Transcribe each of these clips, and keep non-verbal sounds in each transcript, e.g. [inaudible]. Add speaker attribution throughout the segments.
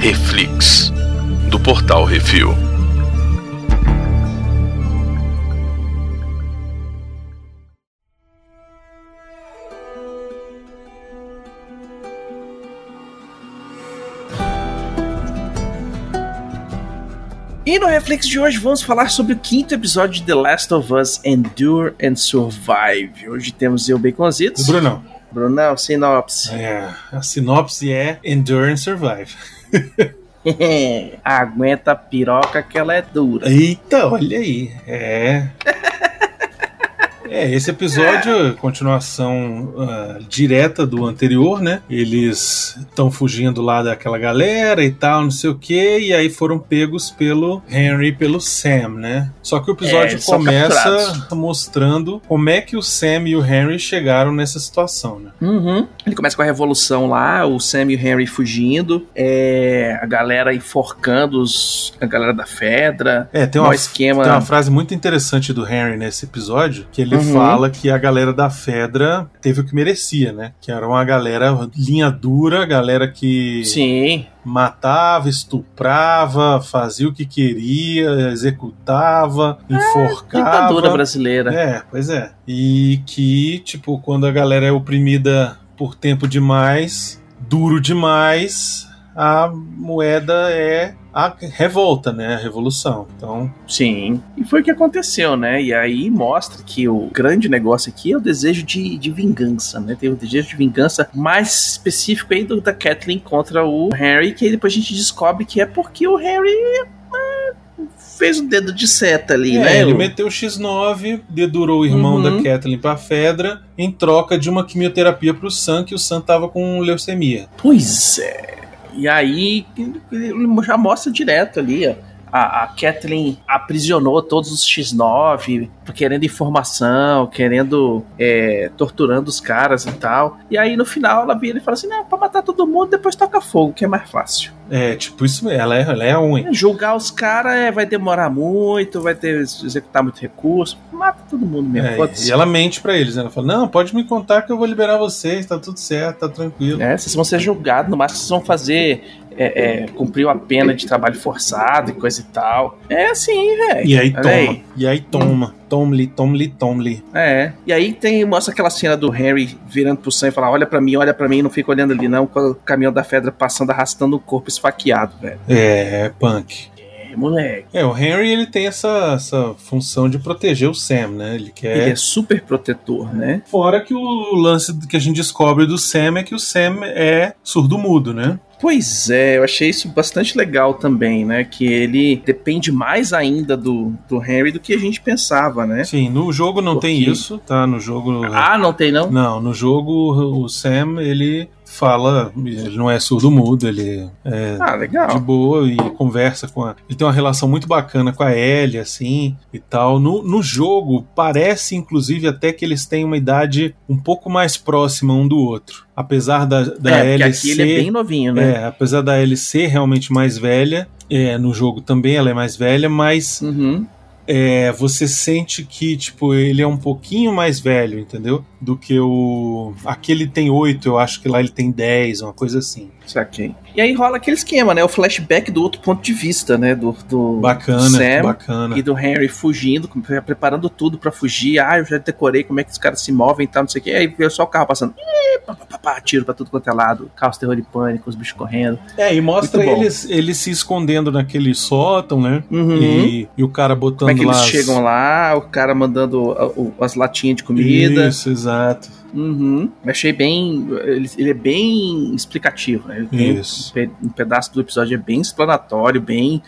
Speaker 1: Reflix, do portal Refil.
Speaker 2: E no Reflex de hoje vamos falar sobre o quinto episódio de The Last of Us Endure and Survive. Hoje temos eu, Baconzitos.
Speaker 3: Brunão.
Speaker 2: Brunão, sinopse. [laughs]
Speaker 3: É, a sinopse é Endure and Survive.
Speaker 2: Aguenta a piroca que ela é dura.
Speaker 3: Eita, olha aí. É. É, esse episódio, continuação ah, direta do anterior, né? Eles estão fugindo lá daquela galera e tal, não sei o quê, e aí foram pegos pelo Henry e pelo Sam, né? Só que o
Speaker 2: É,
Speaker 3: episódio
Speaker 2: eles são
Speaker 3: começa
Speaker 2: capturados.
Speaker 3: mostrando como é que o Sam e o Henry chegaram nessa situação, né?
Speaker 2: Uhum. Ele começa com a revolução lá, o Sam e o Henry fugindo, é, a galera enforcando os, a galera da Fedra.
Speaker 3: É, tem
Speaker 2: Mó
Speaker 3: uma,
Speaker 2: esquema-
Speaker 3: tem uma frase muito interessante do Henry nesse episódio, que ele
Speaker 2: Uhum.
Speaker 3: fala que a galera da Fedra teve o que merecia, né? Que era uma galera linha dura, galera que
Speaker 2: Sim,
Speaker 3: matava, estuprava, fazia o que queria, executava,
Speaker 2: ditadura
Speaker 3: enforcava.
Speaker 2: É, brasileira.
Speaker 3: É, pois é. E que, tipo, quando a galera é oprimida por tempo demais, duro demais, a moeda é a revolta, né? A revolução. Então,
Speaker 2: Sim. E foi o que aconteceu, né? E aí mostra que o grande negócio aqui é o desejo de, de vingança, né? Tem o desejo de vingança mais específico aí do, da Kathleen contra o Harry, que aí depois a gente descobre que é porque o Harry ah, fez o dedo de seta ali,
Speaker 3: é,
Speaker 2: né?
Speaker 3: ele
Speaker 2: O-
Speaker 3: meteu o X9, dedurou o irmão
Speaker 2: Uhum.
Speaker 3: da Kathleen pra Fedra, em troca de uma quimioterapia pro Sam, que o Sam tava com leucemia.
Speaker 2: Pois é. E aí ele já mostra direto ali, ó. A, a Kathleen aprisionou todos os X9, querendo informação, querendo. é, torturando os caras e tal. E aí no final ela vira e fala assim: não, pra matar todo mundo, depois toca fogo, que é mais fácil.
Speaker 3: É, tipo, isso, ela é, ela é ruim.
Speaker 2: É, julgar os caras é, vai demorar muito, vai ter executar muito recurso, mata todo mundo mesmo.
Speaker 3: É,
Speaker 2: foda-se.
Speaker 3: e ela mente pra eles, né? Ela fala: Não, pode me contar que eu vou liberar vocês, tá tudo certo, tá tranquilo.
Speaker 2: né? Vocês vão ser julgados, no máximo vocês vão fazer. É, é, cumpriu a pena de trabalho forçado e coisa e tal. É assim, velho.
Speaker 3: E aí
Speaker 2: Olha
Speaker 3: toma,
Speaker 2: aí.
Speaker 3: e aí toma, tomli, tomli, tomli.
Speaker 2: É. E aí tem, mostra aquela cena do Harry virando pro Sam e falar: olha pra mim, olha pra mim, não fica olhando ali não, com o caminhão da Fedra passando, arrastando o corpo esfaqueado, velho.
Speaker 3: É, punk.
Speaker 2: É, moleque.
Speaker 3: É, o Henry ele tem essa, essa função de proteger o Sam, né? Ele quer.
Speaker 2: Ele é super protetor, né?
Speaker 3: Fora que o lance que a gente descobre do Sam é que o Sam é surdo-mudo, né?
Speaker 2: Pois é, eu achei isso bastante legal também, né? Que ele depende mais ainda do, do Henry do que a gente pensava, né?
Speaker 3: Sim, no jogo não tem
Speaker 2: Porque-
Speaker 3: isso, tá? No jogo. é,
Speaker 2: Ah, não tem não?
Speaker 3: Não, no jogo o Sam ele fala, ele não é surdo-mudo, ele é
Speaker 2: Ah, legal.
Speaker 3: de boa e conversa com a. Ele tem uma relação muito bacana com a Ellie, assim e tal. No, no jogo, parece inclusive até que eles têm uma idade um pouco mais próxima um do outro. Apesar da, da
Speaker 2: é, porque
Speaker 3: Ellie
Speaker 2: aqui ele
Speaker 3: ser-
Speaker 2: é bem novinho, né?
Speaker 3: é, apesar da Ellie ser realmente mais velha, é, no jogo também ela é mais velha, mas
Speaker 2: Uhum.
Speaker 3: é, você sente que, tipo, ele é um pouquinho mais velho, entendeu? Do que o. Aqui ele tem 8, eu acho que lá ele tem 10, uma coisa assim.
Speaker 2: Saquei. E aí rola aquele esquema, né? O flashback do outro ponto de vista, né? Do, do
Speaker 3: Bacana,
Speaker 2: do Sam
Speaker 3: bacana.
Speaker 2: e do Henry fugindo, com- preparando tudo pra fugir. Ah, eu já decorei como é que os caras se movem e tal, não sei o quê. Aí veio só o carro passando. Ih, pá, pá, pá, pá, tiro pra tudo quanto é lado. Caos, terror e pânico, os bichos correndo.
Speaker 3: É, e mostra
Speaker 2: Muito bom.
Speaker 3: eles, eles se escondendo naquele sótão, né?
Speaker 2: Uhum.
Speaker 3: E, e o cara botando
Speaker 2: Como é que
Speaker 3: lá.
Speaker 2: eles
Speaker 3: as-
Speaker 2: chegam lá, o cara mandando a- o- as latinhas de comida.
Speaker 3: Isso, exato.
Speaker 2: Uhum. Achei bem. Ele, ele é bem explicativo, né? Ele tem
Speaker 3: Isso.
Speaker 2: pe- um pedaço do episódio é bem explanatório, bem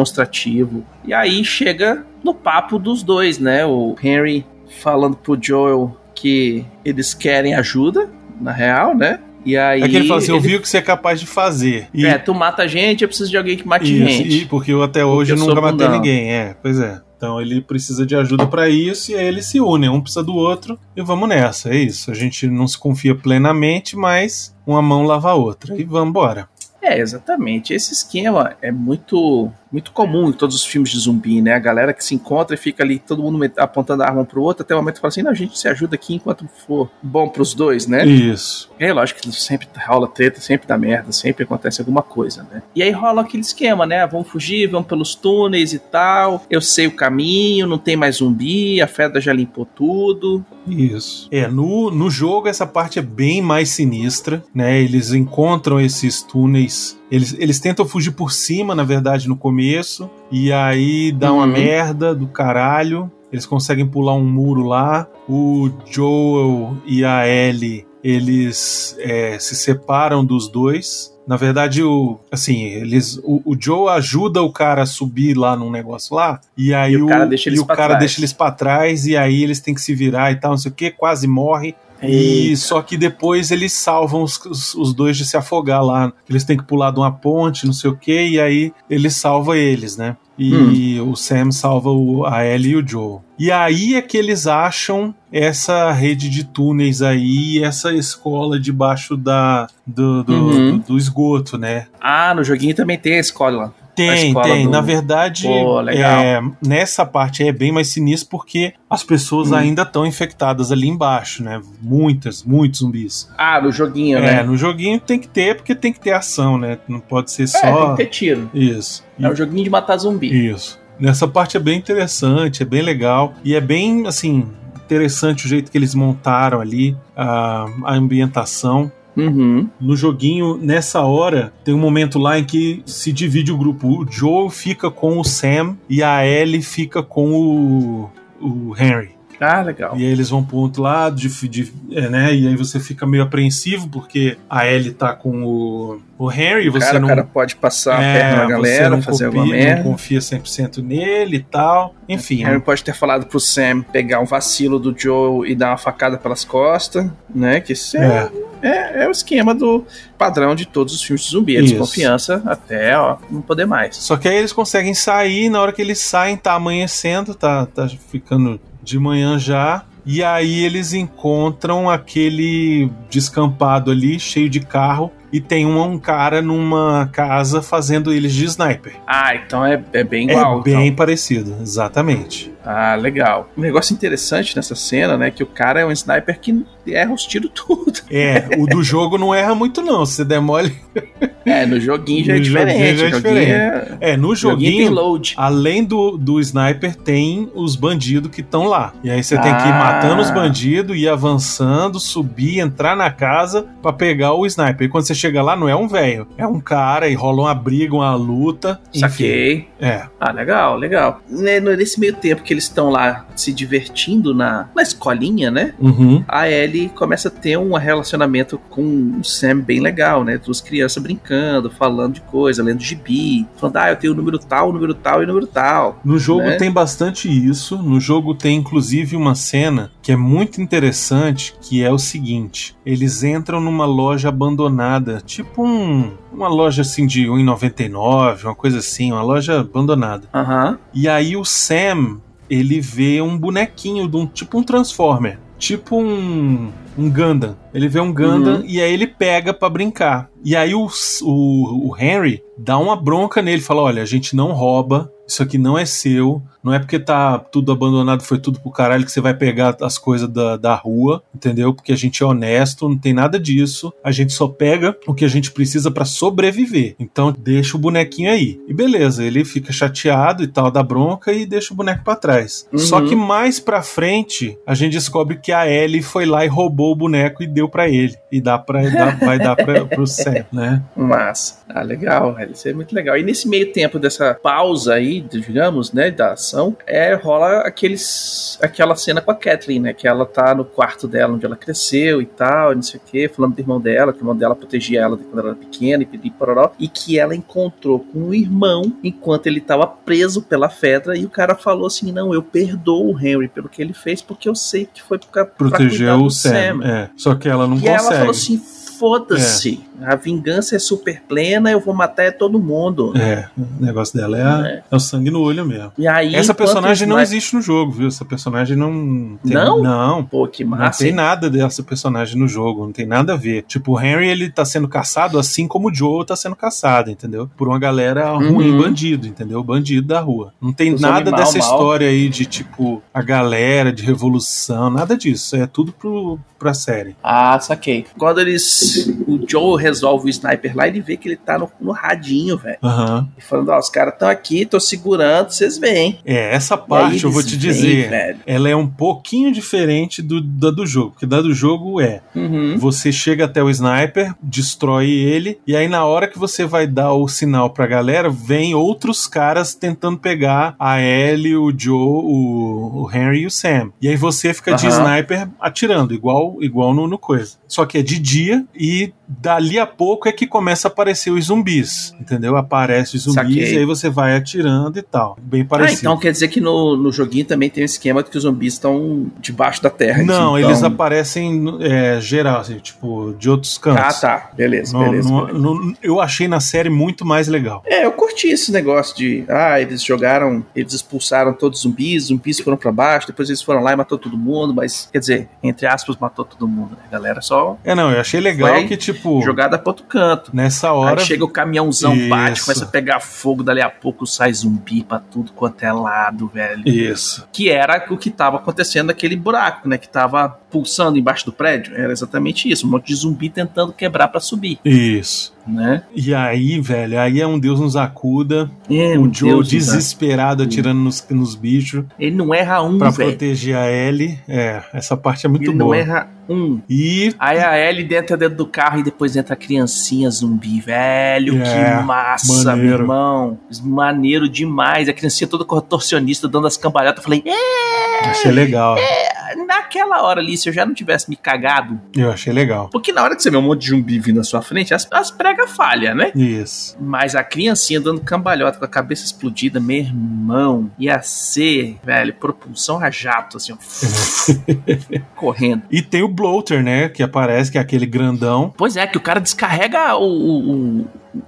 Speaker 2: demonstrativo. E aí chega no papo dos dois, né? O Henry falando pro Joel que eles querem ajuda, na real, né? E aí.
Speaker 3: É que ele fala assim: eu
Speaker 2: ele-
Speaker 3: vi o que você é capaz de fazer. E,
Speaker 2: É, tu mata a gente, eu preciso de alguém que mate
Speaker 3: isso,
Speaker 2: gente.
Speaker 3: e porque eu até hoje
Speaker 2: eu sou
Speaker 3: nunca matei
Speaker 2: bundão.
Speaker 3: ninguém. É, pois é. Então ele precisa de ajuda pra isso e aí eles se unem, um precisa do outro e vamos nessa. É isso. A gente não se confia plenamente, mas uma mão lava a outra. E vamos embora.
Speaker 2: É, exatamente. Esse esquema é muito muito comum em todos os filmes de zumbi, né? A galera que se encontra e fica ali todo mundo apontando a arma um pro outro, até o momento que fala assim: não, a gente se ajuda aqui enquanto for bom pros dois, né?
Speaker 3: Isso.
Speaker 2: É lógico que sempre rola treta, sempre dá merda, sempre acontece alguma coisa, né? E aí rola aquele esquema, né? Vão fugir, vão pelos túneis e tal. Eu sei o caminho, não tem mais zumbi, a Fedra já limpou tudo.
Speaker 3: Isso. É, no, no jogo essa parte é bem mais sinistra, né? Eles encontram esses túneis. Eles, eles tentam fugir por cima, na verdade, no começo. E aí dá uma
Speaker 2: Uhum.
Speaker 3: merda do caralho. Eles conseguem pular um muro lá. O Joel e a Ellie, eles é, se separam dos dois. Na verdade, o, assim, eles, o, o Joe ajuda o cara a subir lá num negócio lá, e aí
Speaker 2: E
Speaker 3: o,
Speaker 2: o cara deixa
Speaker 3: e
Speaker 2: eles
Speaker 3: o
Speaker 2: pra
Speaker 3: cara
Speaker 2: trás.
Speaker 3: deixa eles pra trás, e aí eles têm que se virar e tal, não sei o que, quase morre. E só que depois eles salvam os, os- os dois de se afogar lá. Eles têm que pular de uma ponte, não sei o que, e aí ele salva eles, né? E
Speaker 2: Hum.
Speaker 3: o Sam salva o- a Ellie e o Joe. E aí é que eles acham essa rede de túneis aí, essa escola debaixo da, do, do,
Speaker 2: Uhum.
Speaker 3: do- do esgoto, né?
Speaker 2: Ah, no joguinho também tem a escola.
Speaker 3: Tem,
Speaker 2: escola
Speaker 3: tem.
Speaker 2: do-
Speaker 3: Na verdade,
Speaker 2: Pô, legal.
Speaker 3: é, nessa parte é bem mais sinistro porque as pessoas
Speaker 2: Hum.
Speaker 3: ainda estão infectadas ali embaixo, né? Muitas, muitos zumbis.
Speaker 2: Ah, no joguinho,
Speaker 3: É,
Speaker 2: né?
Speaker 3: no joguinho tem que ter, porque tem que ter ação, né? Não pode ser
Speaker 2: É, tem
Speaker 3: só.
Speaker 2: que ter tiro.
Speaker 3: Isso.
Speaker 2: É um joguinho de matar zumbi.
Speaker 3: Isso. Nessa parte é bem interessante, é bem legal. E é bem, assim, interessante o jeito que eles montaram ali a, a ambientação.
Speaker 2: Uhum.
Speaker 3: No joguinho, nessa hora, tem um momento lá em que se divide o grupo. O Joe fica com o Sam e a Ellie fica com o, o Henry.
Speaker 2: Ah, legal.
Speaker 3: E aí eles vão pro outro lado, de- de- é, né? E aí você fica meio apreensivo, porque a Ellie tá com o, o Henry, você
Speaker 2: cara,
Speaker 3: não.
Speaker 2: o cara pode passar
Speaker 3: é,
Speaker 2: a perna na
Speaker 3: você
Speaker 2: galera,
Speaker 3: não
Speaker 2: fazer
Speaker 3: copia,
Speaker 2: alguma merda.
Speaker 3: Não confia 100% nele e tal. Enfim,
Speaker 2: Harry pode ter falado pro Sam pegar um vacilo do Joe e dar uma facada pelas costas, né? Que isso é, é, é o esquema do padrão de todos os filmes de zumbi. A
Speaker 3: Isso.
Speaker 2: desconfiança até, ó, não poder mais.
Speaker 3: Só que aí eles conseguem sair, na hora que eles saem, tá amanhecendo, tá, tá ficando de manhã já. E aí eles encontram aquele descampado ali, cheio de carro, e tem um, um cara numa casa fazendo eles de sniper.
Speaker 2: Ah, então é, é bem igual.
Speaker 3: é bem parecido, exatamente.
Speaker 2: então. Ah, legal. Um negócio interessante nessa cena, né? Que o cara é um sniper que erra os tiros [laughs] tudo.
Speaker 3: É, o do jogo não erra muito, não. Se você der mole.
Speaker 2: É, no joguinho já é
Speaker 3: No joguinho
Speaker 2: diferente.
Speaker 3: já é
Speaker 2: joguinho
Speaker 3: diferente.
Speaker 2: é-
Speaker 3: [laughs] É, no
Speaker 2: joguinho tem
Speaker 3: joguinho,
Speaker 2: load.
Speaker 3: além do, do sniper, tem os bandidos que estão lá. E aí você tem que ir
Speaker 2: Ah.
Speaker 3: matando os bandidos, ir avançando, subir, entrar na casa pra pegar o sniper. E quando você chega lá, não é um velho, é um cara e rola uma briga, uma luta. enfim.
Speaker 2: Saquei.
Speaker 3: É,
Speaker 2: Ah, legal, legal. Né, no- Nesse meio tempo que eles estão lá se divertindo na, na escolinha, né?
Speaker 3: uhum.
Speaker 2: A Ellie começa a ter um relacionamento com o Sam bem legal, né? Duas crianças brincando, falando de coisa, lendo gibi, falando, ah, eu tenho o número tal, o número tal e o número tal.
Speaker 3: No jogo
Speaker 2: Né?
Speaker 3: tem bastante isso. No jogo tem inclusive uma cena que é muito interessante, que é o seguinte: eles entram numa loja abandonada, tipo um, uma loja assim de 1,99, uma coisa assim, uma loja abandonada.
Speaker 2: Aham.
Speaker 3: E aí o Sam ele vê um bonequinho de um tipo um Transformer, tipo um um Gundam. Ele vê um Gundam
Speaker 2: Uhum.
Speaker 3: e aí ele pega pra brincar. E aí o, S- o, o Henry dá uma bronca nele, fala: "Olha, a gente não rouba, isso aqui não é seu, não é porque tá tudo abandonado, foi tudo pro caralho que você vai pegar as coisas da, da rua, entendeu? Porque a gente é honesto, não tem nada disso. A gente só pega o que a gente precisa pra sobreviver. Então deixa o bonequinho aí. E beleza, ele fica chateado e tal, dá bronca e deixa o boneco pra trás.
Speaker 2: Uhum.
Speaker 3: Só que mais pra frente, a gente descobre que a Ellie foi lá e roubou o boneco e deu pra ele. E dá pra, dá- vai
Speaker 2: [laughs]
Speaker 3: dar pra, pro Sam, né?
Speaker 2: Massa. Ah, legal, velho. Isso é muito legal. E nesse meio tempo dessa pausa aí, digamos, né, da ação, é, rola aqueles, aquela cena com a Kathleen, né? Que ela tá no quarto dela, onde ela cresceu e tal, e não sei o quê, falando do irmão dela, que o irmão dela protegia ela quando ela era pequena e pedir pororó, e que ela encontrou com o irmão enquanto ele tava preso pela Fedra, e o cara falou assim: não, eu perdoo o Henry pelo que ele fez, porque eu sei que foi pra, pra
Speaker 3: Protegeu
Speaker 2: cuidar
Speaker 3: o
Speaker 2: do
Speaker 3: Sam. É. Só que ela não
Speaker 2: e
Speaker 3: consegue.
Speaker 2: ela falou assim: foda-se, a vingança é super plena, eu vou matar todo mundo.
Speaker 3: É, o negócio dela é, a-
Speaker 2: É.
Speaker 3: é o sangue no olho mesmo.
Speaker 2: E aí,
Speaker 3: Essa
Speaker 2: enquanto
Speaker 3: personagem
Speaker 2: o
Speaker 3: não
Speaker 2: Sniper-
Speaker 3: existe no jogo, viu? Essa personagem não. Tem,
Speaker 2: Não?
Speaker 3: Não.
Speaker 2: Pô, que
Speaker 3: Não
Speaker 2: massa.
Speaker 3: tem
Speaker 2: hein?
Speaker 3: nada dessa personagem no jogo, não tem nada a ver. Tipo, o Henry, ele tá sendo caçado assim como o Joe tá sendo caçado, entendeu? Por uma galera ruim,
Speaker 2: Uhum.
Speaker 3: bandido, entendeu? Bandido da rua. Não tem
Speaker 2: Os
Speaker 3: nada
Speaker 2: homem mal,
Speaker 3: dessa
Speaker 2: mal.
Speaker 3: história aí de, tipo, a galera, de revolução, nada disso. É tudo pro, pra série.
Speaker 2: Ah, saquei. Quando eles. O Joe resolve o sniper lá, ele vê que ele tá no, no radinho, velho.
Speaker 3: Aham.
Speaker 2: E Falando, ó, os caras estão aqui, tô segurando, vocês veem.
Speaker 3: É, essa
Speaker 2: E aí
Speaker 3: parte eu vou
Speaker 2: eles né?
Speaker 3: te
Speaker 2: veem,
Speaker 3: dizer.
Speaker 2: velho.
Speaker 3: ela é um pouquinho diferente do, da do jogo, porque da do jogo é
Speaker 2: Uhum.
Speaker 3: você chega até o sniper, destrói ele, e aí na hora que você vai dar o sinal pra galera, vem outros caras tentando pegar a Ellie, o Joe, o, o Henry e o Sam. E aí você fica de
Speaker 2: Aham.
Speaker 3: sniper atirando, igual igual no, no coisa. Só que é de dia e dali a pouco é que começa a aparecer os zumbis, entendeu? Aparece os zumbis
Speaker 2: Saquei.
Speaker 3: e aí você vai atirando e tal. Bem
Speaker 2: Ah,
Speaker 3: parecido.
Speaker 2: então quer dizer que no, no joguinho também tem um esquema de que os zumbis estão debaixo da terra.
Speaker 3: Não,
Speaker 2: então-
Speaker 3: eles aparecem é, geral, assim, tipo, de outros cantos.
Speaker 2: Ah, tá. Beleza,
Speaker 3: Não-
Speaker 2: beleza.
Speaker 3: não-
Speaker 2: beleza.
Speaker 3: não- eu achei na série muito mais legal.
Speaker 2: É, eu curti esse negócio de. Ah, eles jogaram. Eles expulsaram todos os zumbis, os zumbis foram pra baixo, depois eles foram lá e matou todo mundo, mas, quer dizer, entre aspas, matou todo mundo, né? A galera só
Speaker 3: É, não, eu achei legal
Speaker 2: Foi
Speaker 3: que, tipo,
Speaker 2: jogada pra outro canto.
Speaker 3: nessa hora.
Speaker 2: Aí chega o caminhãozão, bate,
Speaker 3: Isso.
Speaker 2: começa a pegar fogo, dali a pouco sai zumbi pra tudo quanto é lado, velho.
Speaker 3: Isso.
Speaker 2: Que era o que tava acontecendo naquele buraco, né? Que tava pulsando embaixo do prédio. Era exatamente isso, um monte de zumbi tentando quebrar pra subir,
Speaker 3: Isso.
Speaker 2: né?
Speaker 3: E aí, velho, aí é um Deus nos acuda.
Speaker 2: É,
Speaker 3: o
Speaker 2: meu
Speaker 3: Joe
Speaker 2: Deus do céu.
Speaker 3: desesperado atirando nos, nos bichos
Speaker 2: Ele não erra um,
Speaker 3: pra
Speaker 2: velho.
Speaker 3: proteger a Ellie. É, essa parte é muito
Speaker 2: Ele não
Speaker 3: boa.
Speaker 2: erra um.
Speaker 3: E
Speaker 2: Aí a Ellie entra dentro do carro e depois entra a criancinha zumbi, velho.
Speaker 3: É,
Speaker 2: que massa,
Speaker 3: maneiro.
Speaker 2: meu irmão. Maneiro demais. A criancinha toda contorcionista, dando as cambalhotas. Eu falei,
Speaker 3: achei legal.
Speaker 2: é, naquela hora ali, se eu já não tivesse me cagado.
Speaker 3: Eu achei legal.
Speaker 2: Porque na hora que você vê um monte de zumbi vindo na sua frente, as, as pregas falham, né?
Speaker 3: Isso. [laughs]
Speaker 2: Mas a criancinha dando cambalhota com a cabeça explodida, meu irmão, ia ser, velho, propulsão a jato, assim, ó, correndo.
Speaker 3: E tem o Bloater, né? Que aparece, que é aquele grandão.
Speaker 2: Pois é, que o cara descarrega o, o,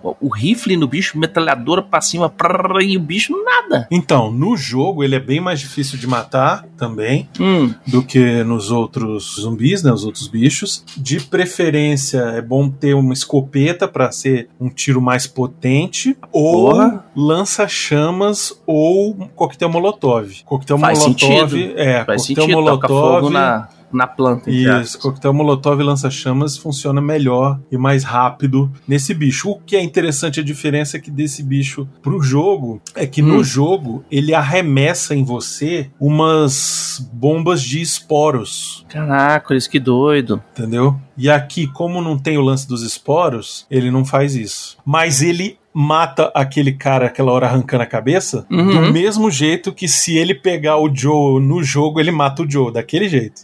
Speaker 2: o- o rifle no bicho, metralhadora pra cima, prrr, e o bicho nada.
Speaker 3: Então, no jogo ele é bem mais difícil de matar também. do que nos outros zumbis, né, os outros bichos. De preferência, é bom ter uma escopeta para ser um tiro mais potente ou
Speaker 2: Porra.
Speaker 3: lança-chamas ou um coquetel molotov. Coquetel
Speaker 2: Faz
Speaker 3: molotov
Speaker 2: sentido.
Speaker 3: é,
Speaker 2: faz
Speaker 3: coquetel
Speaker 2: sentido, toca fogo
Speaker 3: molotov.
Speaker 2: na, na planta. entre
Speaker 3: Isso,
Speaker 2: aspas.
Speaker 3: coquetel molotov e lança-chamas funciona melhor e mais rápido nesse bicho. O que é interessante, a diferença é que desse bicho pro jogo é que
Speaker 2: Hum.
Speaker 3: no jogo ele arremessa em você umas bombas de esporos.
Speaker 2: Caraca, isso que doido.
Speaker 3: Entendeu? E aqui, como não tem o lance dos esporos, ele não faz isso. Mas ele mata aquele cara aquela hora arrancando a cabeça
Speaker 2: Uhum.
Speaker 3: do mesmo jeito que se ele pegar o Joe no jogo, ele mata o Joe, daquele jeito.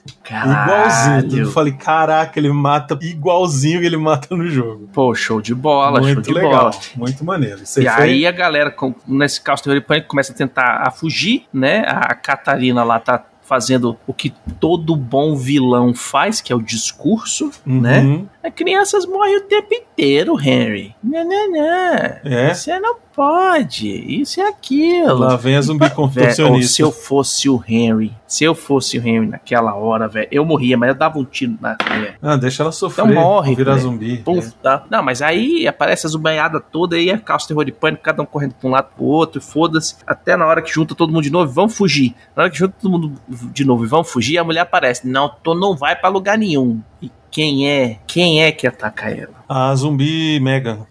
Speaker 3: Igualzinho. Eu
Speaker 2: Caralho.
Speaker 3: falei, caraca, ele mata igualzinho que ele mata no jogo.
Speaker 2: Pô, show de bola, show
Speaker 3: muito
Speaker 2: de
Speaker 3: legal,
Speaker 2: bola.
Speaker 3: muito maneiro. Isso
Speaker 2: e
Speaker 3: aí foi-
Speaker 2: aí a galera, com- nesse caos terror pânico, começa a tentar a fugir, né? A Catarina lá tá fazendo o que todo bom vilão faz, que é o discurso,
Speaker 3: Uhum,
Speaker 2: né? As crianças morrem o tempo inteiro, Henry. Não, não, não.
Speaker 3: É.
Speaker 2: Você não pode. Isso é aquilo.
Speaker 3: Lá vem
Speaker 2: [laughs]
Speaker 3: a
Speaker 2: É,
Speaker 3: zumbi
Speaker 2: Vé, ou se
Speaker 3: contorcionista.
Speaker 2: eu fosse o Henry, se eu fosse o Henry naquela hora, velho, eu morria, mas eu dava um tiro na mulher.
Speaker 3: Ah, deixa ela sofrer.
Speaker 2: Então morre,
Speaker 3: virar
Speaker 2: velho.
Speaker 3: zumbi. É.
Speaker 2: Puf, tá? Não, mas aí aparece a zumbanhada toda aí é caos, terror de pânico, cada um correndo pra um lado pro outro, e foda-se. Até na hora que junta todo mundo de novo, vamos fugir. Na hora que junta todo mundo de novo e vamos fugir, a mulher aparece. Não, tu não vai pra lugar nenhum. E quem é? Quem é que ataca ela?
Speaker 3: A Ah, zumbi Megan.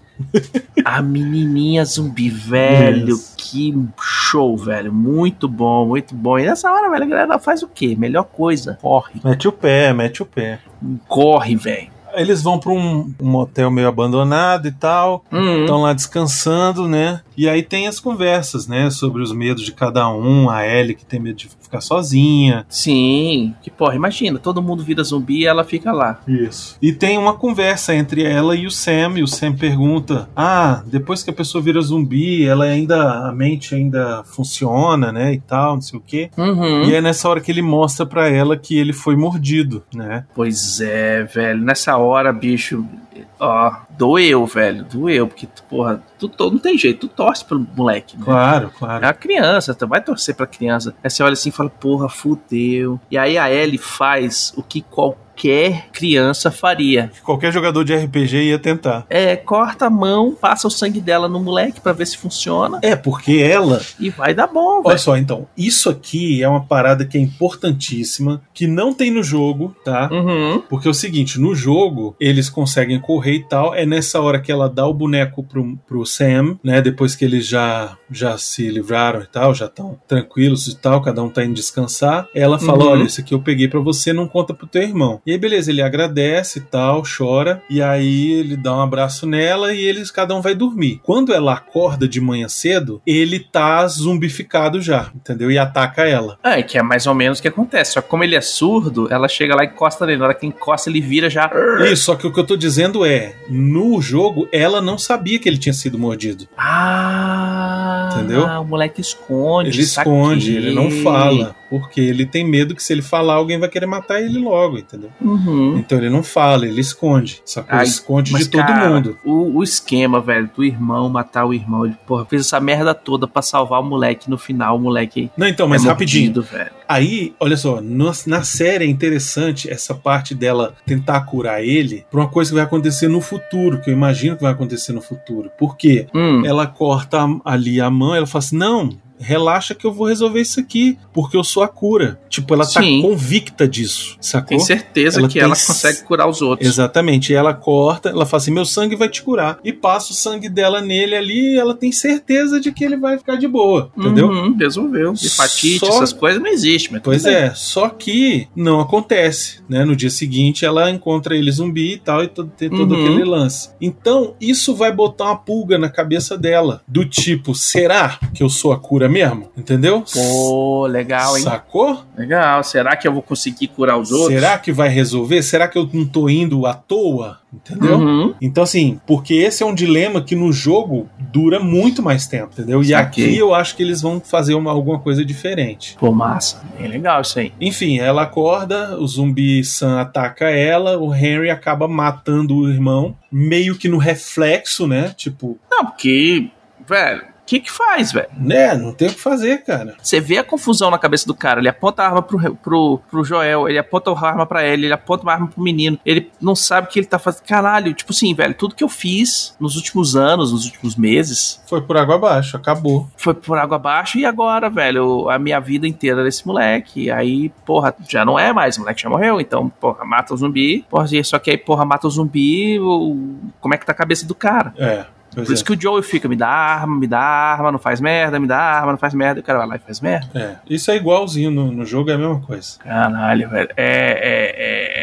Speaker 2: A menininha zumbi, velho.
Speaker 3: Isso.
Speaker 2: Que show, velho. Muito bom, muito bom. E nessa hora, velho, a galera faz o quê? Melhor coisa. Corre.
Speaker 3: Mete o pé, mete o pé.
Speaker 2: Corre, velho.
Speaker 3: Eles vão pra um, um hotel meio abandonado e tal,
Speaker 2: Hum,
Speaker 3: estão lá descansando, né? E aí tem as conversas, né? Sobre os medos de cada um, a Ellie que tem medo de ficar sozinha.
Speaker 2: Sim. Que porra, imagina. Todo mundo vira zumbi e ela fica lá.
Speaker 3: Isso. E tem uma conversa entre ela e o Sam, e o Sam pergunta: Ah, depois que a pessoa vira zumbi, ela ainda. a mente ainda funciona, né? E tal, não sei o quê.
Speaker 2: Uhum.
Speaker 3: E é nessa hora que ele mostra pra ela que ele foi mordido, né?
Speaker 2: Pois é, velho. Nessa hora, bicho. Ó, doeu, velho. Doeu, porque, porra, tu, tu- não tem jeito, tu torce pro moleque, né?
Speaker 3: Claro,
Speaker 2: É
Speaker 3: claro.
Speaker 2: uma criança, tu vai torcer pra criança. Aí você olha assim e fala, porra, fudeu. E aí a Ellie faz o que qualquer criança faria.
Speaker 3: Qualquer jogador de RPG ia tentar.
Speaker 2: É, corta a mão, passa o sangue dela no moleque pra ver se funciona
Speaker 3: É, porque ela
Speaker 2: e vai dar bom,
Speaker 3: Olha
Speaker 2: velho.
Speaker 3: só, então, isso aqui é uma parada que é importantíssima, que não tem no jogo, tá?
Speaker 2: Uhum.
Speaker 3: Porque é o seguinte, no jogo, eles conseguem correr e tal, é nessa hora que ela dá o boneco pro, pro Sam, né? Depois que eles já, já se livraram e tal, já estão tranquilos e tal, cada um tá indo descansar. Ela fala:
Speaker 2: Uhum.
Speaker 3: Olha, isso aqui eu peguei pra você, não conta pro teu irmão. E aí, beleza, ele agradece e tal, chora, e aí ele dá um abraço nela e eles, cada um vai dormir. Quando ela acorda de manhã cedo, ele tá zumbificado já, entendeu? E ataca ela.
Speaker 2: É, que é mais ou menos o que acontece. Só que como ele é surdo, ela chega lá e encosta nele. Na hora que encosta, ele vira já.
Speaker 3: Isso, só que o que eu tô dizendo é, no jogo, ela não sabia que ele tinha sido mordido.
Speaker 2: Ah!
Speaker 3: Entendeu?
Speaker 2: O moleque esconde.
Speaker 3: Ele
Speaker 2: saquei.
Speaker 3: esconde, ele não fala. Porque ele tem medo que se ele falar, alguém vai querer matar ele logo, entendeu?
Speaker 2: Uhum.
Speaker 3: Então ele não fala, ele esconde. Só que
Speaker 2: Ai,
Speaker 3: ele esconde
Speaker 2: Mas,
Speaker 3: de todo
Speaker 2: cara,
Speaker 3: mundo.
Speaker 2: O, o esquema, velho, do irmão matar o irmão. Ele, porra, fez essa merda toda pra salvar o moleque. No final, o moleque.
Speaker 3: Não, então, mas
Speaker 2: é
Speaker 3: rapidinho.
Speaker 2: mordido, velho.
Speaker 3: Aí, olha só, no- na série é interessante essa parte dela tentar curar ele pra uma coisa que vai acontecer no futuro, que eu imagino que vai acontecer no futuro. Por quê?
Speaker 2: Hum.
Speaker 3: Ela corta a- ali a mão, ela fala assim: não, relaxa que eu vou resolver isso aqui, porque eu sou a cura. Tipo, ela
Speaker 2: Sim.
Speaker 3: tá convicta disso, sacou?
Speaker 2: Tem certeza
Speaker 3: Ela
Speaker 2: que
Speaker 3: tem
Speaker 2: ela
Speaker 3: s-
Speaker 2: consegue curar os outros.
Speaker 3: Exatamente. E ela corta, ela fala assim: meu sangue vai te curar. E passa o sangue dela nele ali e ela tem certeza de que ele vai ficar de boa. Entendeu?
Speaker 2: Uhum, resolveu. Hepatite,
Speaker 3: Só-
Speaker 2: essas coisas não existem, mas
Speaker 3: Pois
Speaker 2: tudo bem.
Speaker 3: é, só que não acontece, né? No dia seguinte ela encontra ele zumbi e tal, e todo, tem todo
Speaker 2: Uhum.
Speaker 3: aquele lance. Então, isso vai botar uma pulga na cabeça dela, do tipo, será que eu sou a cura mesmo? Entendeu?
Speaker 2: Pô, legal, hein?
Speaker 3: Sacou?
Speaker 2: Legal. Será que eu vou conseguir curar os outros?
Speaker 3: Será que vai resolver? Será que eu não tô indo à toa? Entendeu?
Speaker 2: Uhum.
Speaker 3: Então, assim, porque esse é um dilema que no jogo dura muito mais tempo, entendeu? E
Speaker 2: Saquei.
Speaker 3: aqui eu acho que eles vão fazer uma, alguma coisa diferente.
Speaker 2: Pô, massa. É legal isso aí.
Speaker 3: Enfim, ela acorda, o zumbi Sam ataca ela, o Henry acaba matando o irmão, meio que no reflexo, né? Tipo,
Speaker 2: Não, porque, velho, o que que faz, velho?
Speaker 3: né? Não tem o que fazer, cara.
Speaker 2: Você vê a confusão na cabeça do cara. Ele aponta a arma pro, pro, pro Joel, ele aponta a arma pra ele, ele aponta uma arma pro menino. Ele não sabe o que ele tá fazendo. Caralho, tipo assim, velho, tudo que eu fiz nos últimos anos, nos últimos meses,
Speaker 3: Foi por água abaixo, acabou.
Speaker 2: foi por água abaixo e agora, velho, a minha vida inteira desse moleque. Aí, porra, já não é mais, o moleque já morreu, então, porra, mata o zumbi. Porra, e só que aí, porra, mata o zumbi, o- como é que tá a cabeça do cara?
Speaker 3: É. Pois
Speaker 2: Por isso que o Joel fica, me dá arma, me dá arma, não faz merda, me dá arma, não faz merda. E o cara vai lá e faz merda.
Speaker 3: é. é. Isso é igualzinho no, no jogo, é a mesma coisa.
Speaker 2: Caralho, velho. É, é,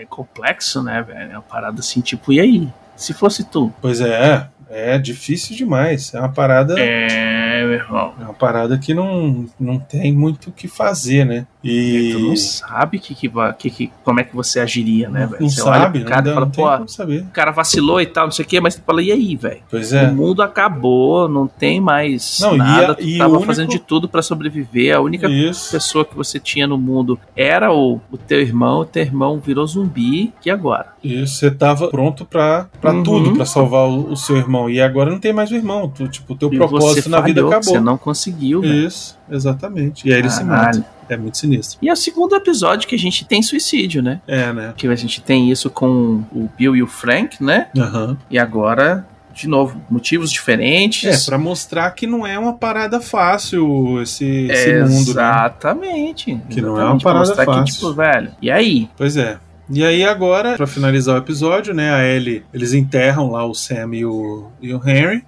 Speaker 2: é, é complexo, né, velho? É uma parada assim, tipo, e aí? Se fosse tu?
Speaker 3: Pois é, é, é difícil demais. É uma parada.
Speaker 2: É, meu irmão.
Speaker 3: É uma parada que não, não tem muito o que fazer, né? E.
Speaker 2: Tu não sabe que, que, va- que, que, como é que você agiria, né, velho?
Speaker 3: não
Speaker 2: Você olha
Speaker 3: sabe,
Speaker 2: pro
Speaker 3: não,
Speaker 2: cara
Speaker 3: dá-
Speaker 2: e fala,
Speaker 3: não tem
Speaker 2: pô,
Speaker 3: como saber.
Speaker 2: o cara vacilou e tal, não sei o quê, mas tu fala, e aí, velho?
Speaker 3: Pois é.
Speaker 2: O mundo acabou, não tem mais
Speaker 3: Não, e
Speaker 2: nada,
Speaker 3: a-
Speaker 2: tu
Speaker 3: e o
Speaker 2: tava
Speaker 3: único-
Speaker 2: fazendo de tudo pra sobreviver, a única
Speaker 3: Isso.
Speaker 2: pessoa que você tinha no mundo era o, o teu irmão, o teu irmão virou zumbi, e agora?
Speaker 3: Isso, você tava pronto pra, pra
Speaker 2: Uhum.
Speaker 3: tudo, pra salvar o, o seu irmão. E agora não tem mais o irmão. Tu, tipo, o teu
Speaker 2: E
Speaker 3: propósito
Speaker 2: você
Speaker 3: na vida
Speaker 2: falhou,
Speaker 3: acabou.
Speaker 2: Você não conseguiu, velho.
Speaker 3: Isso, exatamente. E aí ele se
Speaker 2: Caralho.
Speaker 3: mata. É muito sinistro.
Speaker 2: E é o segundo episódio que a gente tem suicídio, né?
Speaker 3: É, né?
Speaker 2: Que a gente tem isso com o Bill e o Frank, né?
Speaker 3: Aham.
Speaker 2: E agora, de novo, motivos
Speaker 3: É,
Speaker 2: diferentes.
Speaker 3: pra mostrar que não é uma parada fácil esse, esse mundo, né?
Speaker 2: exatamente.
Speaker 3: Que não é uma
Speaker 2: Exatamente, pra
Speaker 3: parada
Speaker 2: mostrar
Speaker 3: fácil.
Speaker 2: Que, tipo, velho, e aí?
Speaker 3: Pois é. E aí agora, pra finalizar o episódio, né, a Ellie, eles enterram lá o Sam e o, e o Henry,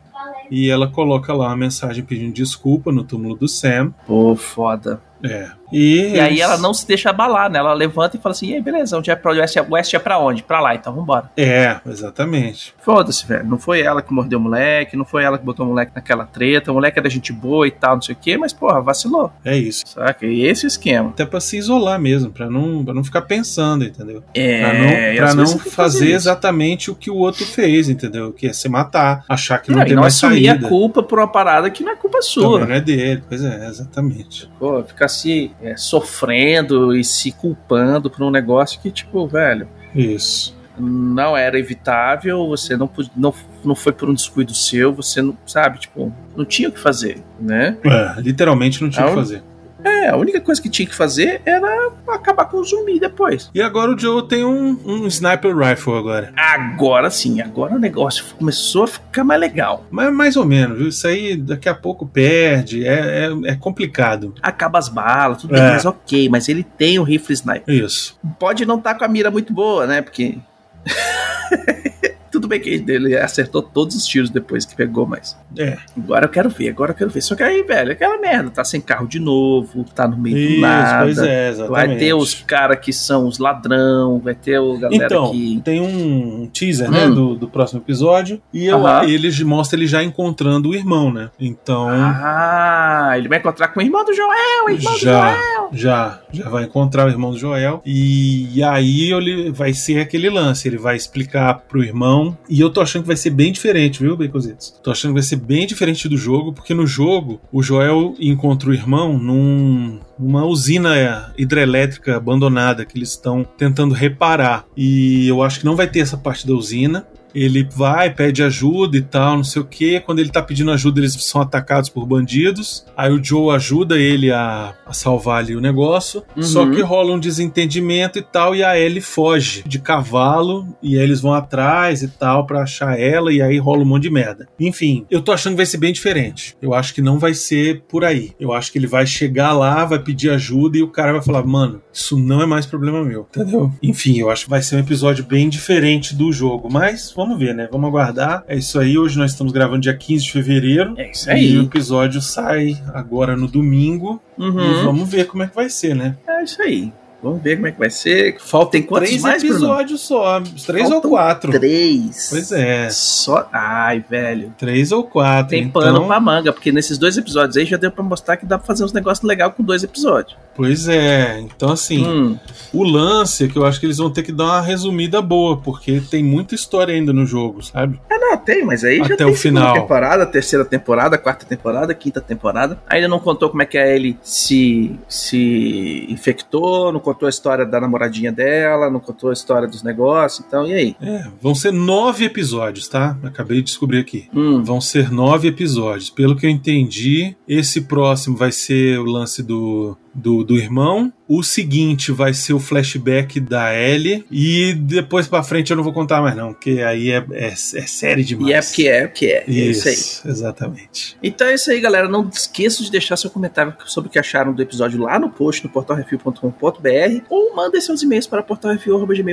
Speaker 3: e ela coloca lá uma mensagem pedindo desculpa no túmulo do Sam.
Speaker 2: Pô, foda.
Speaker 3: É. E,
Speaker 2: E aí ela não se deixa abalar, né? Ela levanta e fala assim, e aí, beleza, onde é pra West? West é pra onde? Pra lá, então vambora.
Speaker 3: É, exatamente.
Speaker 2: Foda-se, velho. Não foi ela que mordeu o moleque, não foi ela que botou o moleque naquela treta, o moleque era gente boa e tal, não sei o quê, mas, porra, vacilou.
Speaker 3: É isso.
Speaker 2: Saca? E esse é o esquema.
Speaker 3: Até pra se isolar mesmo, pra não, pra não ficar pensando, entendeu?
Speaker 2: É,
Speaker 3: Pra
Speaker 2: e
Speaker 3: não, pra
Speaker 2: às
Speaker 3: não
Speaker 2: vezes você
Speaker 3: fazer,
Speaker 2: tem que isso.
Speaker 3: exatamente o que o outro fez, entendeu? Que é se matar, achar que não,
Speaker 2: Não, e
Speaker 3: tem
Speaker 2: não
Speaker 3: mais
Speaker 2: assumir
Speaker 3: saída.
Speaker 2: a culpa por uma parada que não é culpa
Speaker 3: Também
Speaker 2: sua.
Speaker 3: não é dele, pois é, exatamente.
Speaker 2: Pô, ficar se é, sofrendo e se culpando por um negócio que, tipo, velho.
Speaker 3: Isso.
Speaker 2: não era evitável, você não, pôde- não, não foi por um descuido seu, você não, sabe, tipo, não tinha o que fazer, né?
Speaker 3: É, literalmente não tinha o que
Speaker 2: Ah,
Speaker 3: fazer.
Speaker 2: É, a única coisa que tinha que fazer era acabar com o zumbi depois.
Speaker 3: E agora o Joe tem um, um sniper rifle agora.
Speaker 2: Agora sim, agora o negócio começou a ficar mais legal.
Speaker 3: Mas mais ou menos, viu? Isso aí daqui a pouco perde, é, é, é complicado.
Speaker 2: Acaba as balas, tudo
Speaker 3: É.
Speaker 2: bem, mas ok, mas ele tem o rifle sniper.
Speaker 3: Isso.
Speaker 2: Pode não estar com a mira muito boa, né? Porque. [laughs] tudo bem que ele acertou todos os tiros depois que pegou, mas.
Speaker 3: É.
Speaker 2: Agora eu quero ver, agora eu quero ver. Só que aí, velho, aquela merda. Tá sem carro de novo, tá no meio do
Speaker 3: Isso,
Speaker 2: nada.
Speaker 3: pois é, exatamente.
Speaker 2: vai ter os caras que são os ladrão, vai ter o galera
Speaker 3: Então,
Speaker 2: que.
Speaker 3: tem um teaser, né,
Speaker 2: Hum.
Speaker 3: do, do próximo episódio. E eu,
Speaker 2: Aham.
Speaker 3: ele j- mostra ele já encontrando o irmão, né? Então,
Speaker 2: Ah, ele vai encontrar com o irmão do Joel, o irmão do
Speaker 3: já,
Speaker 2: Joel.
Speaker 3: já, já vai encontrar o irmão do Joel. E aí ele vai ser aquele lance, ele vai explicar pro irmão. E eu tô achando que vai ser bem diferente, viu, Baconzitos? Tô achando que vai ser bem diferente do jogo, porque no jogo o Joel encontra o irmão num, numa usina hidrelétrica abandonada que eles estão tentando reparar. E eu acho que não vai ter essa parte da usina. Ele vai, pede ajuda e tal, não sei o que. Quando ele tá pedindo ajuda, eles são atacados por bandidos. Aí o Joe ajuda ele a, a salvar ali o negócio.
Speaker 2: Uhum.
Speaker 3: Só que rola um desentendimento e tal, e a Ellie foge de cavalo. E aí eles vão atrás e tal pra achar ela, e aí rola um monte de merda. Enfim, eu tô achando que vai ser bem diferente. Eu acho que não vai ser por aí. Eu acho que ele vai chegar lá, vai pedir ajuda, e o cara vai falar: mano, isso não é mais problema meu, entendeu? Enfim, eu acho que vai ser um episódio bem diferente do jogo, mas vamos ver, né? Vamos aguardar. É isso aí. Hoje nós estamos gravando dia 15 de fevereiro.
Speaker 2: É isso
Speaker 3: E o
Speaker 2: aí.
Speaker 3: episódio sai agora no domingo. E
Speaker 2: Uhum.
Speaker 3: vamos ver como é que vai ser, né?
Speaker 2: É isso aí. Vamos ver como é que vai ser.
Speaker 3: Faltam
Speaker 2: Tem quantos
Speaker 3: três
Speaker 2: mais, Bruno?
Speaker 3: episódios só. Três
Speaker 2: Faltam
Speaker 3: ou quatro.
Speaker 2: Três.
Speaker 3: Pois é.
Speaker 2: Só. Ai, velho.
Speaker 3: Três ou quatro.
Speaker 2: Tem
Speaker 3: então,
Speaker 2: pano pra manga, porque nesses dois episódios aí já deu pra mostrar que dá pra fazer uns negócios legais com dois episódios.
Speaker 3: Pois é. Então, assim,
Speaker 2: Hum,
Speaker 3: o lance é que eu acho que eles vão ter que dar uma resumida boa, porque tem muita história ainda no jogo, sabe?
Speaker 2: Ah, não, tem, mas aí já
Speaker 3: Até
Speaker 2: tem
Speaker 3: o
Speaker 2: segunda
Speaker 3: final.
Speaker 2: temporada, terceira temporada, quarta temporada, quinta temporada. Ainda não contou como é que a Ellie se, se infectou, não contou a história da namoradinha dela, não contou a história dos negócios, então e aí?
Speaker 3: É, vão ser nove episódios, tá? Acabei de descobrir aqui.
Speaker 2: Hum,
Speaker 3: Vão ser nove episódios. Pelo que eu entendi, esse próximo vai ser o lance do, do, do irmão. O seguinte vai ser o flashback da Ellie. E depois pra frente eu não vou contar mais, não, porque aí é, é, é série demais.
Speaker 2: e é porque é, porque é.
Speaker 3: Isso,
Speaker 2: É isso aí.
Speaker 3: exatamente.
Speaker 2: Então é isso aí, galera. Não esqueça de deixar seu comentário sobre o que acharam do episódio lá no post no portalrefil.com.br ou mandem seus e-mails para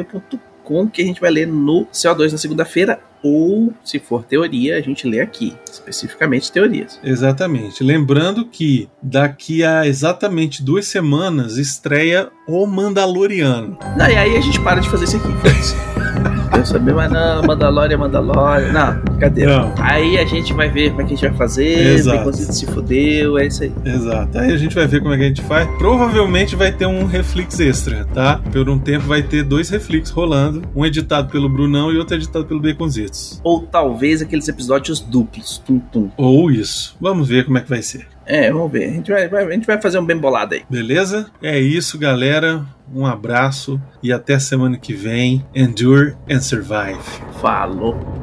Speaker 2: portalrefil.gmail.com que a gente vai ler no CO2 na segunda-feira ou, se for teoria, a gente lê aqui, especificamente teorias.
Speaker 3: Exatamente. Lembrando que daqui a exatamente duas semanas estreia O Mandaloriano.
Speaker 2: Não, e aí a gente para de fazer isso aqui.
Speaker 3: [laughs]
Speaker 2: foda-se. Eu sabia, mas não, Mandalorian, Mandalorian. Não, cadê?
Speaker 3: Não,
Speaker 2: Aí a gente vai ver como é que a gente vai fazer,
Speaker 3: Exato.
Speaker 2: ver quando se fudeu, é isso aí.
Speaker 3: exato. Aí a gente vai ver como é que a gente faz. Provavelmente vai ter um reflex extra, tá? Por um tempo vai ter dois reflex rolando, um editado pelo Brunão e outro editado pelo Baconzitos.
Speaker 2: Ou talvez aqueles episódios duplos. Tum, tum.
Speaker 3: Ou isso. Vamos ver como é que vai ser.
Speaker 2: É, vamos ver. A gente vai, vai- a gente vai fazer um bem bolado aí.
Speaker 3: Beleza? É isso, galera. Um abraço e até semana que vem. Endure and survive.
Speaker 2: Falou.